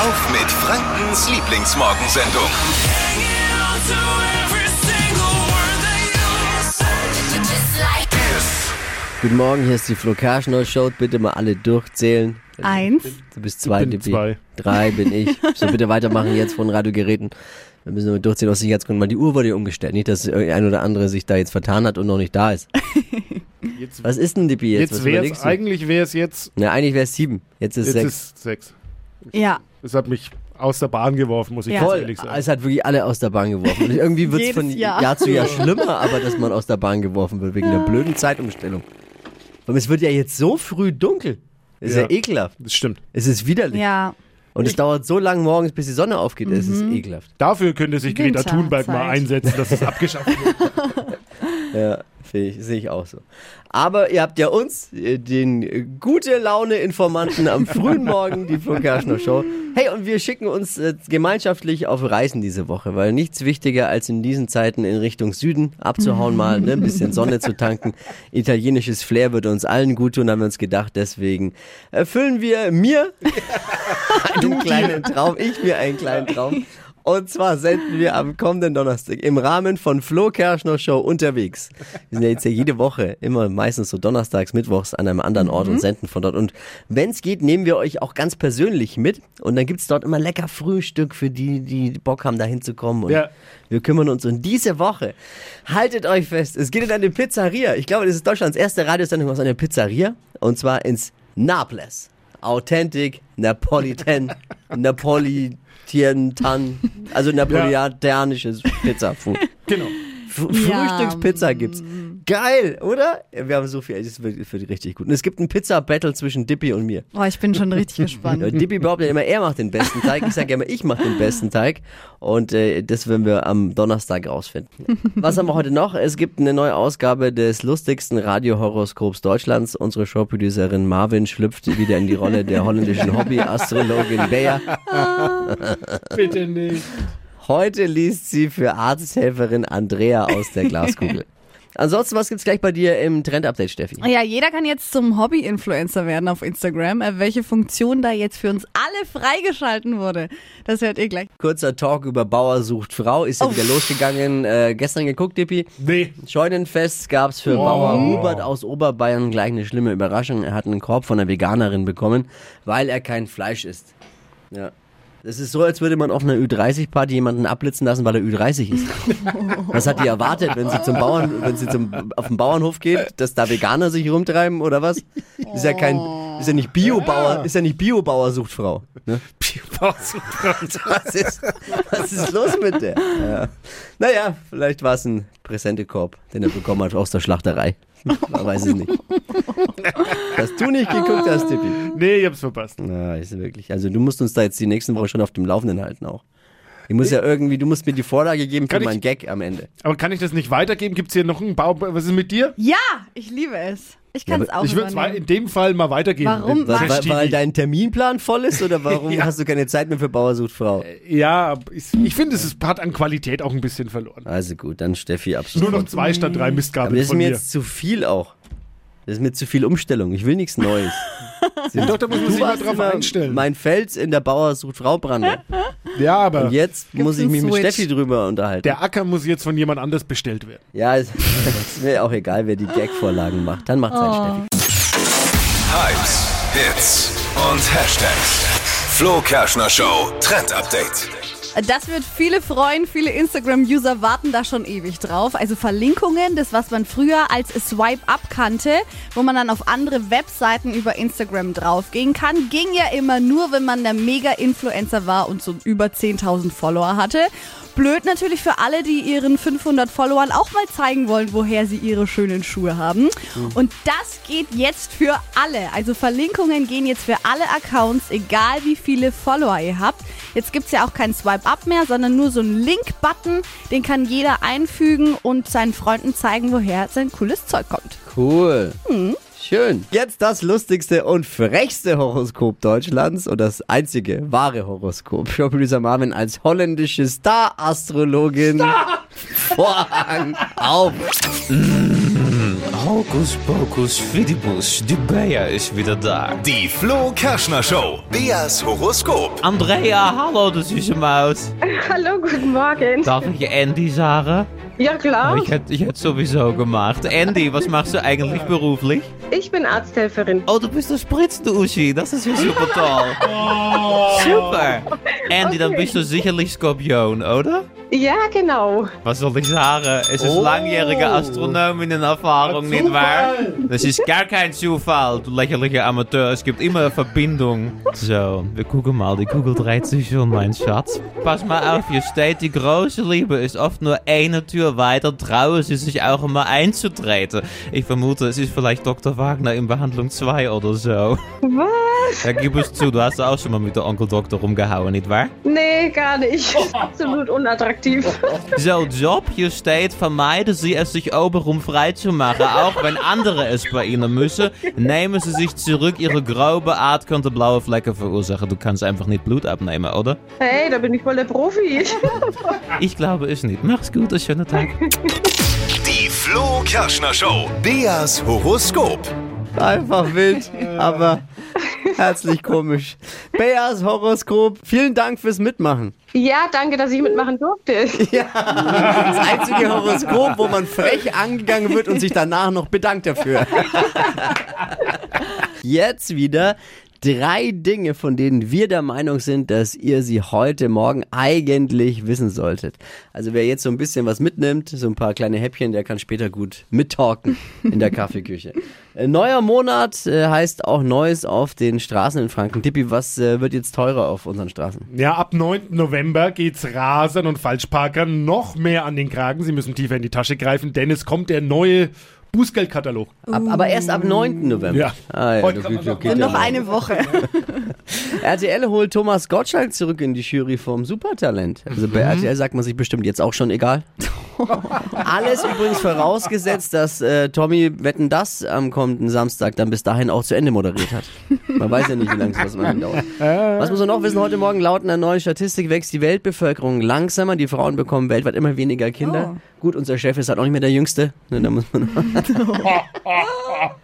auf mit Frankens Lieblingsmorgensendung. Guten Morgen, hier ist die Flo Karschner Show. Bitte mal alle durchzählen. Also, Eins. Du bist zwei, bin Dippi. zwei. Drei bin ich. So, bitte weitermachen jetzt von Radiogeräten. Wir müssen nur durchziehen aus Sicherheitsgründen, weil die Uhr wurde ja umgestellt. Nicht, dass ein oder andere sich da jetzt vertan hat und noch nicht da ist. Jetzt, Was ist denn, Dippi, jetzt? jetzt Was wäre überlegst es, du? eigentlich wäre es jetzt, Na, eigentlich wäre es sieben. Jetzt ist jetzt sechs. ist sechs. Ja, Es hat mich aus der Bahn geworfen, muss ich Ja. ganz Voll, Ah, Also- ehrlich sagen. es hat wirklich alle aus der Bahn geworfen. Und irgendwie wird es Jedes von Jahr. Jahr. zu Jahr schlimmer, aber dass man aus der Bahn geworfen wird wegen der blöden Zeitumstellung. Aber es wird ja jetzt so früh dunkel. Ist ja, Ja. ekelhaft. Das stimmt. Es ist widerlich. ja. Und es dauert so lange morgens, bis die Sonne aufgeht. Es ist ekelhaft. Dafür könnte sich Greta Winterzeit. Thunberg mal einsetzen, dass es abgeschafft wird. Ja, sehe ich, sehe ich auch so. Aber ihr habt ja uns, äh, den äh, gute Laune Informanten am frühen Morgen, die Flo Kerschner Show. Hey, und wir schicken uns äh, gemeinschaftlich auf Reisen diese Woche, weil nichts wichtiger als in diesen Zeiten in Richtung Süden abzuhauen, mal ne, ein bisschen Sonne zu tanken. Italienisches Flair würde uns allen gut tun, haben wir uns gedacht. Deswegen erfüllen wir mir einen kleinen Traum, ich mir einen kleinen Traum. Und zwar senden wir am kommenden Donnerstag im Rahmen von Flo Kerschner Show unterwegs. Wir sind ja jetzt ja jede Woche immer meistens so donnerstags, mittwochs an einem anderen Ort und senden von dort. Und wenn es geht, nehmen wir euch auch ganz persönlich mit. Und dann gibt's dort immer lecker Frühstück für die, die Bock haben, da hinzukommen. Und Ja. wir kümmern uns. Und diese Woche, haltet euch fest, es geht in eine Pizzeria. Ich glaube, das ist Deutschlands erste Radiosendung aus einer Pizzeria. Und zwar ins Naples. Authentic Napolitan, Napolitientan, also napolitanisches Pizza-Food. Genau. Fr Ja. Frühstückspizza gibt's. Geil, oder? Ja, Wir haben so viel, das wird, wird richtig gut. Und es gibt ein Pizza-Battle zwischen Dippy und mir. Oh, ich bin schon richtig Ja, gespannt. Dippy behauptet ja immer, er macht den besten Teig. Ich sage ja immer, ich mache den besten Teig. Und äh, das werden wir am Donnerstag rausfinden. Was haben wir heute noch? Es gibt eine neue Ausgabe des lustigsten Radiohoroskops Deutschlands. Unsere Showproducerin Marvin schlüpft wieder in die Rolle der holländischen Hobby-Astrologin Bea. Bitte nicht. Heute liest sie für Arzthelferin Andrea aus der Glaskugel. Ansonsten, was gibt's gleich bei dir im Trend-Update, Steffi? Ja, jeder kann jetzt zum Hobby-Influencer werden auf Instagram. Äh, Welche Funktion da jetzt für uns alle freigeschalten wurde, das hört ihr gleich. Kurzer Talk über Bauer sucht Frau. Ist ja wieder losgegangen. Äh, gestern geguckt, Dippi. Nee. Scheunenfest gab's für Wow. Bauer Hubert aus Oberbayern gleich eine schlimme Überraschung. Er hat einen Korb von einer Veganerin bekommen, weil er kein Fleisch isst. Ja. Das ist so, als würde man auf einer Ü30-Party jemanden abblitzen lassen, weil er Ü30 ist. Was hat die erwartet, wenn sie zum Bauern, wenn sie zum, auf den Bauernhof geht, dass da Veganer sich rumtreiben oder was? Ist ja kein, ist ja nicht Biobauer, ist ja nicht Biobauer sucht Frau. Ne? Was ist, was ist los mit der? Ja. Naja, vielleicht war es ein Präsentekorb, den er bekommen hat aus der Schlachterei. Man weiß es nicht. Dass du nicht geguckt hast, Tippi. Nee, ich hab's verpasst. Na, ist wirklich. Also du musst uns da jetzt die nächsten Wochen schon auf dem Laufenden halten auch. Ich muss ja irgendwie, du musst mir die Vorlage geben für Kann ich- meinen Gag am Ende. Aber kann ich das nicht weitergeben? Gibt's hier noch einen Bau? Was ist mit dir? Ja, ich liebe es. Ich kann es auch ich würde es in übernehmen. dem Fall mal weitergeben. Warum? Weil, Verstehe weil, weil nicht. dein Terminplan voll ist oder warum Ja. hast du keine Zeit mehr für Bauer sucht Frau? Ja, ich, ich finde, es ist, hat an Qualität auch ein bisschen verloren. Also gut, dann Steffi absolut. Nur noch zwei statt drei Aber Mistgabeln das ist von mir mir. jetzt zu viel auch. Das ist mir zu viel Umstellung. Ich will nichts Neues. Doch, da muss man sich mal warst drauf immer einstellen. Mein Fels in der Bauer sucht Frau Brande. ja, aber Und jetzt muss ich einen mich mit Switch? Steffi drüber unterhalten. der Acker muss jetzt von jemand anders bestellt werden. Ja, es ist mir auch egal, wer die Gag-Vorlagen macht. Dann macht's halt Oh. Steffi. Hypes, Hits und Hashtags. Flo Kerschner Show Trend Update. Äh, Das wird viele freuen. Viele Instagram-User warten da schon ewig drauf. Also Verlinkungen, das was man früher als Swipe-Up kannte, wo man dann auf andere Webseiten über Instagram draufgehen kann, ging ja immer nur, wenn man der Mega-Influencer war und so über 10.000 Follower hatte. Blöd natürlich für alle, die ihren 500 Followern auch mal zeigen wollen, woher sie ihre schönen Schuhe haben. Und das geht jetzt für alle. Also Verlinkungen gehen jetzt für alle Accounts, egal wie viele Follower ihr habt. Jetzt gibt's ja auch keinen Swipe-Up mehr, sondern nur so einen Link-Button. Den kann jeder einfügen und seinen Freunden zeigen, woher sein cooles Zeug kommt. Cool. Mhm. Schön. Jetzt das lustigste und frechste Horoskop Deutschlands und das einzige wahre Horoskop. Showproducer Marvin als holländische Star-Astrologin. Vorhang auf. Hokus Pokus Fidibus, die Bea ist wieder da. Die Flo Kerschner Show. Beas Horoskop. Andrea, hallo, de süße Maus. Hallo, guten Morgen. Darf ich Andy Oh, sagen? Ja, klar. Ich hätte ich hätte sowieso gemacht. Andy, was machst du eigentlich beruflich? Ich bin Arzthelferin. Oh, du bist der Spritzdusi. Das ist ja dus super toll. Super. Andy, dann bist du sicherlich Skorpion, oder? Ja, genau. Was soll ich sagen? Es ist langjährige Astronomin in Erfahrung, nicht wahr? Das ist gar kein Zufall, du lächerliche Amateur. Es gibt immer eine Verbindung. So, wir gucken mal. Die Kugel dreht sich schon, mein Schatz. Pass mal auf, hier steht, die große Liebe ist oft nur eine Tür weiter. Traue sie sich auch immer einzutreten. Ich vermute, es ist vielleicht Dr. Wagner in Behandlung 2 oder so. Was? Ja, gib es zu, du hast auch schon mal mit der Onkel Doktor rumgehauen, nicht wahr? Nee, gar nicht. Ist absolut unattraktiv. Zo, Job, hier steht, vermeiden Sie es, sich obenrum frei zu machen. Auch wenn andere es bei Ihnen müssen, nehmen Sie sich zurück. Ihre grobe Art könnte blaue Flecken verursachen. Du kannst einfach nicht Blut abnehmen, oder? Hey, da bin ich voll der Profi. Ich glaube es nicht. Mach's gut, einen schönen Tag. Die Flo Kerschner Show. Beas Horoskop. Einfach wild, aber herzlich komisch. Beas Horoskop, vielen Dank fürs Mitmachen. Ja, danke, dass ich mitmachen durfte. Das einzige Horoskop, wo man frech angegangen wird und sich danach noch bedankt dafür. Jetzt wieder drei Dinge, von denen wir der Meinung sind, dass ihr sie heute Morgen eigentlich wissen solltet. Also wer jetzt so ein bisschen was mitnimmt, so ein paar kleine Häppchen, der kann später gut mittalken in der Kaffeeküche. Äh, Neuer Monat äh, heißt auch Neues auf den Straßen in Franken. Tippi, was äh, wird jetzt teurer auf unseren Straßen? Ja, ab 9. November geht's Rasern und Falschparkern noch mehr an den Kragen. Sie müssen tiefer in die Tasche greifen, denn es kommt der neue Bußgeldkatalog. Ab, aber erst ab 9. November. Ja. Ah, ja du, Heute kann du, man du, noch- geht ja Noch eine Woche. RTL holt Thomas Gottschalk zurück in die Jury vom Supertalent. Also bei RTL sagt man sich bestimmt jetzt auch schon egal. Alles übrigens vorausgesetzt, dass äh, Tommy Wetten das am kommenden Samstag dann bis dahin auch zu Ende moderiert hat. Man weiß ja nicht, wie lange sowas mal dauert. Was muss man noch wissen? Heute Morgen laut einer neuen Statistik wächst die Weltbevölkerung langsamer. Die Frauen bekommen weltweit immer weniger Kinder. Gut, unser Chef ist halt auch nicht mehr der Jüngste. Ne, da muss man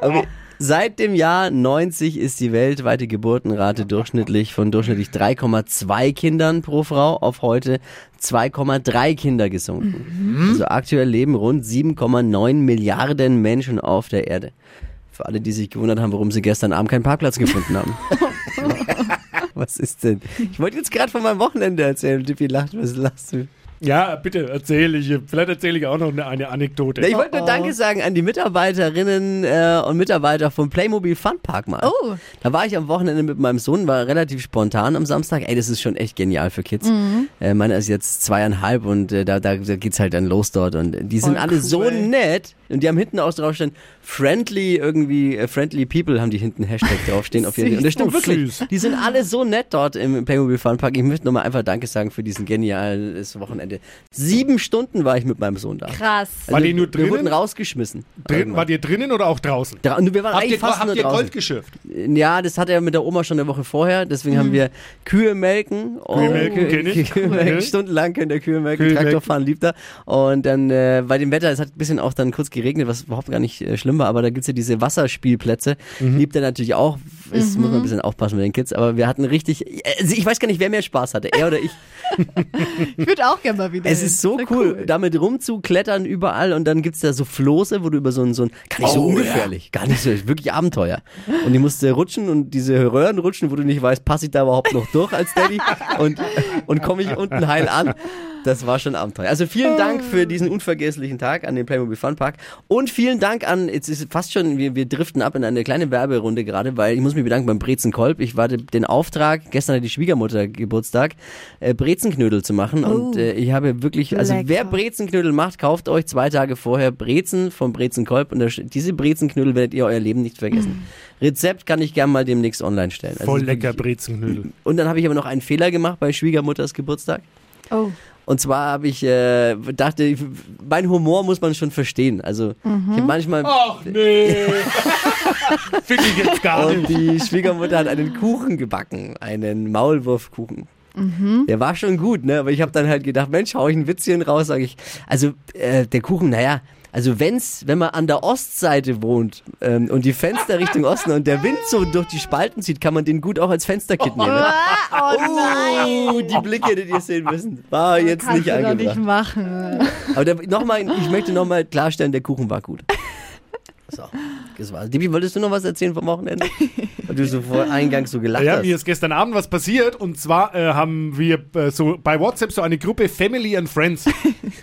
Aber seit dem Jahr 90 ist die weltweite Geburtenrate durchschnittlich von durchschnittlich 3,2 Kindern pro Frau auf heute 2,3 Kinder gesunken. Also aktuell leben rund 7,9 Milliarden Menschen auf der Erde. Für alle, die sich gewundert haben, warum sie gestern Abend keinen Parkplatz gefunden haben. Was ist denn? Ich wollte jetzt gerade von meinem Wochenende erzählen. Dippy lacht, was lachst du? Ja, bitte, erzähl ich. Vielleicht erzähle ich auch noch eine, eine Anekdote. Na, ich wollte nur Danke sagen an die Mitarbeiterinnen äh, und Mitarbeiter vom Playmobil Funpark mal. Oh. Da war ich am Wochenende mit meinem Sohn, war relativ spontan am Samstag. Ey, das ist schon echt genial für Kids. Äh, meiner ist jetzt zweieinhalb und äh, da, da, da geht's halt dann los dort. Und äh, die sind alle so nett. Und die haben hinten auch draufstehen, friendly irgendwie, äh, friendly people haben die hinten Hashtag draufstehen. auf jeden Fall. Und das stimmt Oh, süß. wirklich. Die sind alle so nett dort im Playmobil Funpark. Ich möchte nochmal einfach Danke sagen für diesen genialen äh, Wochenende. Sieben Stunden war ich mit meinem Sohn da. Krass. War die wir- nur Also Wir drinnen? wurden rausgeschmissen. Drin, wart ihr drinnen oder auch draußen? Dra- und wir waren Habt eigentlich ihr, fast habt nur ihr draußen. Gold geschürft? Ja, das hat er mit der Oma schon eine Woche vorher. Deswegen haben wir Kühe melken. Mhm. Oh, Kühe melken, Kühe- kenn ich. Kühe melken. Cool. Stundenlang können der Kühe melken. Kühe Traktor melken. fahren liebt er. Und dann äh, bei dem Wetter, es hat ein bisschen auch dann kurz geregnet, was überhaupt gar nicht äh, schlimm war. Aber da gibt's ja diese Wasserspielplätze. Mhm. Liebt er natürlich auch. Es muss man ein bisschen aufpassen mit den Kids. Aber wir hatten richtig, also ich weiß gar nicht, wer mehr Spaß hatte. Er oder ich. Ich würde auch gerne mal wieder. Es hin. ist so Wär cool, damit rumzuklettern überall und dann gibt's da so Floße, wo du über so ein, so ein gar nicht so ungefährlich, gar nicht so, wirklich Abenteuer. Und die musst du rutschen und diese Röhren rutschen, wo du nicht weißt, passe ich da überhaupt noch durch als Daddy und, und komme ich unten heil an. Das war schon Abenteuer. Also vielen Dank für diesen unvergesslichen Tag an den Playmobil Fun Park und vielen Dank an, jetzt ist fast schon, wir, wir driften ab in eine kleine Werberunde gerade, weil ich muss mich bedanken beim Brezen Kolb. Ich war de- den Auftrag, gestern hat die Schwiegermutter Geburtstag, äh, Brezenknödel zu machen und Oh. äh, ich habe wirklich also Lecker. wer Brezenknödel macht, kauft euch zwei Tage vorher Brezen vom Brezenkolb und da steht, diese Brezenknödel werdet ihr euer Leben nicht vergessen. Mm. Rezept kann ich gern mal demnächst online stellen. Also Voll wirklich- lecker Brezenknödel. Und dann habe ich aber noch einen Fehler gemacht bei Schwiegermutters Geburtstag. cool. Oh. Und zwar habe ich äh, dachte, ich- mein Humor muss man schon verstehen. Also Mhm. ich habe manchmal Ach nee. Finde ich jetzt gar und nicht. die Schwiegermutter hat einen Kuchen gebacken, einen Maulwurfkuchen. Mhm. Der war schon gut, ne? Aber ich habe dann halt gedacht, Mensch, hau ich ein Witzchen raus, sage ich. Also äh, der Kuchen, naja, Also wenn's, wenn man an der Ostseite wohnt ähm, und die Fenster Richtung Osten und der Wind so durch die Spalten zieht, kann man den gut auch als Fensterkit nehmen. Ah, oh nein. Oh, die Blicke, die ihr sehen müssen. War jetzt Kannst nicht du doch nicht angebracht. machen. Aber der, noch mal, ich möchte nochmal klarstellen, der Kuchen war gut. So, das war's. Dibi, wolltest du noch was erzählen vom Wochenende? Weil du so vor Eingang so gelacht Ja, hast. mir ist gestern Abend was passiert und zwar äh, haben wir äh, so bei WhatsApp so eine Gruppe Family and Friends.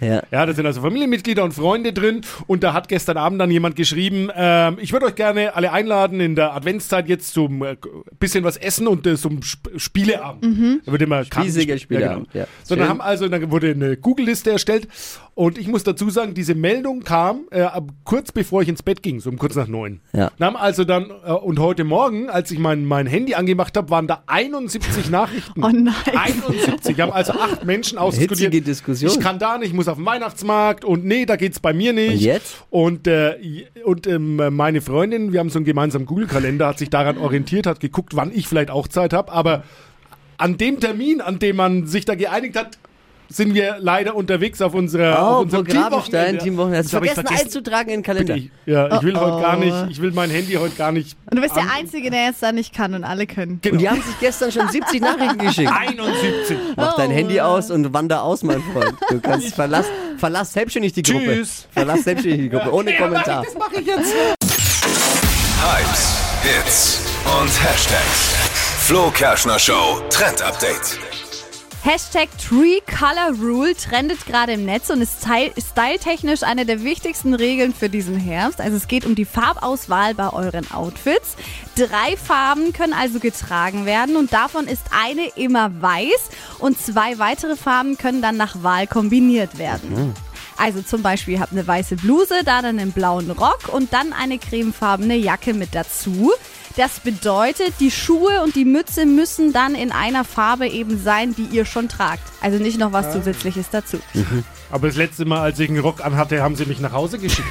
Ja. Ja, da sind also Familienmitglieder und Freunde drin. Und da hat gestern Abend dann jemand geschrieben, ähm, ich würde euch gerne alle einladen in der Adventszeit jetzt zum äh, bisschen was essen und äh, zum Sp Spieleabend. Da wird immer Spießiger Kartenspiel- Spieleabend, ja. So, dann Schön. haben also, dann wurde eine Google-Liste erstellt. Und ich muss dazu sagen, diese Meldung kam äh, ab- kurz bevor ich ins Bett ging, so um kurz nach neun. Ja. Dann haben also dann, äh, und heute Morgen, als ich mein, mein Handy angemacht habe, waren da 71 Nachrichten. Oh nein. 71, haben also acht Menschen ausdiskutiert. Hitzige Diskussion. Ich kann da nicht, ich muss auf den Weihnachtsmarkt und nee, da geht's bei mir nicht. Und jetzt? Und, äh, j- und ähm, meine Freundin, wir haben so einen gemeinsamen Google-Kalender, hat sich daran orientiert, hat geguckt, wann ich vielleicht auch Zeit habe, aber an dem Termin, an dem man sich da geeinigt hat, sind wir leider unterwegs auf unserer Oh, auf Pro unserem Grabenstein, Teamwochenende. Hast du Das hab ich vergessen vergessen. einzutragen in den Kalender. Ich, ja, ich will Oh, heute gar oh. nicht, ich will mein Handy heute gar nicht. genau. Und du bist an- der Einzige, der jetzt da nicht kann und alle können. Und die haben sich gestern schon 70 Nachrichten geschickt. 71. Mach dein Oh. Handy aus und wander aus, mein Freund. Du kannst verlass, verlass selbstständig die Gruppe. Tschüss. Verlass selbstständig die Gruppe, ohne Kommentar. Hypes, Hits und Hashtags. Flo Kerschner Show Trend Update. Hashtag Tree Color Rule trendet gerade im Netz und ist teil- styletechnisch eine der wichtigsten Regeln für diesen Herbst. Also es geht um die Farbauswahl bei euren Outfits. Drei Farben können also getragen werden und davon ist eine immer weiß und zwei weitere Farben können dann nach Wahl kombiniert werden. Also zum Beispiel ihr habt eine weiße Bluse, da dann einen blauen Rock und dann eine cremefarbene Jacke mit dazu. Das bedeutet, die Schuhe und die Mütze müssen dann in einer Farbe eben sein, die ihr schon tragt. Also nicht noch was zusätzliches dazu. Aber das letzte Mal, als ich einen Rock anhatte, haben sie mich nach Hause geschickt.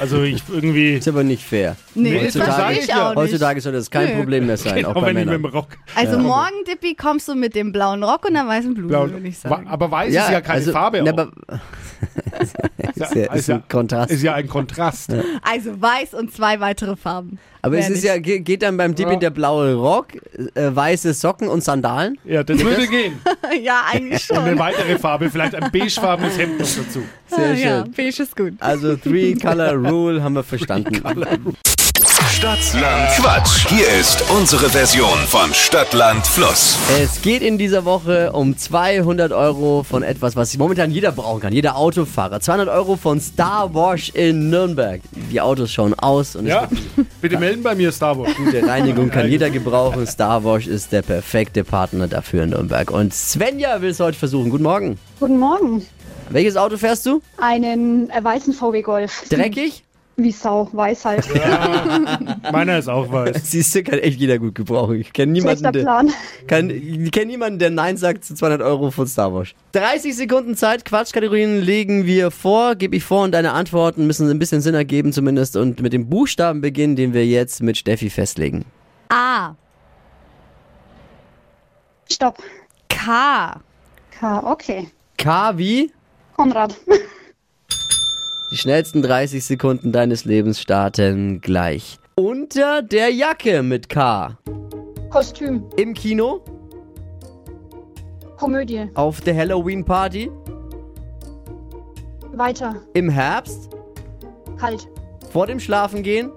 Also ich irgendwie. Ist aber nicht fair. Nee, das sag ich ja. Heutzutage soll das kein Nö. Problem mehr sein, Genau, auch bei wenn ich mit Männern. dem Rock. Also morgen, Dippi, kommst du mit dem blauen Rock und der weißen Bluse, Blau, würde ich genau. Wa- sagen. aber weiß ist ja keine Farbe. also, na, auch. ne, also aber- ist ja, ist ein Kontrast. Ist ja ein Kontrast. Also weiß und zwei weitere Farben. aber es Wer ist ja, ge- geht dann beim Dieb Ja. in der blaue Rock, äh, weiße Socken und Sandalen? Ja, das würde gehen. nicht- ja, eigentlich Und eine schon. weitere Farbe, vielleicht ein beigefarbenes Hemd noch dazu. Sehr Ah, ja, schön. beige ist gut. Also Three Color Rule haben wir verstanden. Stadtland Quatsch. Hier ist unsere Version von Stadtland Fluss. Es geht in dieser Woche um 200 Euro von etwas, was momentan jeder brauchen kann, jeder Autofahrer. 200 Euro von Star Wash in Nürnberg. Die Autos schauen aus und Ja, bitte melden bei mir, Star Wars. es gibt gute Reinigung kann jeder gebrauchen. Star Wash ist der perfekte Partner dafür in Nürnberg. Und Svenja will es heute versuchen. Guten Morgen. Guten Morgen. Welches Auto fährst du? Einen äh, weißen VW Golf. Dreckig? Wie Sau, weiß halt. Meiner ist auch weiß. Siehst du, kann echt jeder gut gebrauchen. Ich kenne niemanden, Schlechter der, Plan. kann, ich kenn niemanden, der Nein sagt zu 200 Euro von Star Wars. 30 Sekunden Zeit, Quatschkategorien legen wir vor, gebe ich vor und deine Antworten müssen ein bisschen Sinn ergeben zumindest und mit dem Buchstaben beginnen, den wir jetzt mit Steffi festlegen. A, Stopp. K, K, okay. K wie? Konrad. Die schnellsten 30 Sekunden deines Lebens starten gleich. Unter der Jacke mit K. Kostüm. Im Kino, Komödie. auf der Halloween Party, Weiter. Halt. im Herbst, Kalt. vor dem Schlafengehen,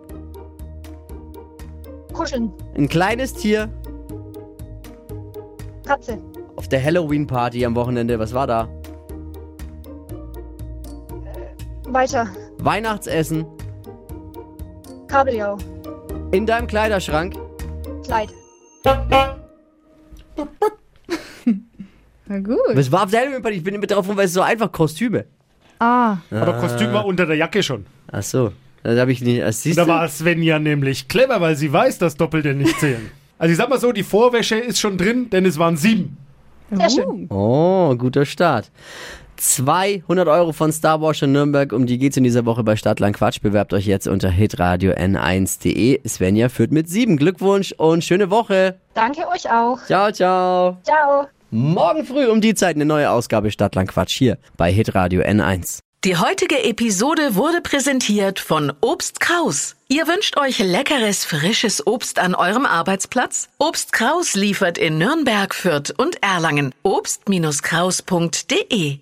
Kuscheln. ein kleines Tier, Katze. auf der Halloween Party am Wochenende, was war da? Weiter. Weihnachtsessen, Kabeljau. in deinem Kleiderschrank, Kleid. na gut. Es war auf der Halloween Party. Ich bin immer drauf rum, weil es so einfach Kostüme. Ah, Aber Kostüm war unter der Jacke schon. Ach so. Das habe ich nicht. Das siehst Da du? war Svenja nämlich clever, weil sie weiß, dass Doppelte nicht zählen. Also ich sag mal so, die Vorwäsche ist schon drin, denn es waren sieben. sehr schön. Oh, guter Start. 200 Euro von Star Wars in Nürnberg. Um die geht's in dieser Woche bei Stadtland Quatsch. Bewerbt euch jetzt unter hitradio n1.de. Svenja führt mit sieben. Glückwunsch und schöne Woche. Danke euch auch. Ciao, ciao. Ciao. Morgen früh um die Zeit eine neue Ausgabe Stadtland Quatsch hier bei hitradio n1. Die heutige Episode wurde präsentiert von Obst Kraus. Ihr wünscht euch leckeres, frisches Obst an eurem Arbeitsplatz? Obst Kraus liefert in Nürnberg, Fürth und Erlangen. Obst-Kraus.de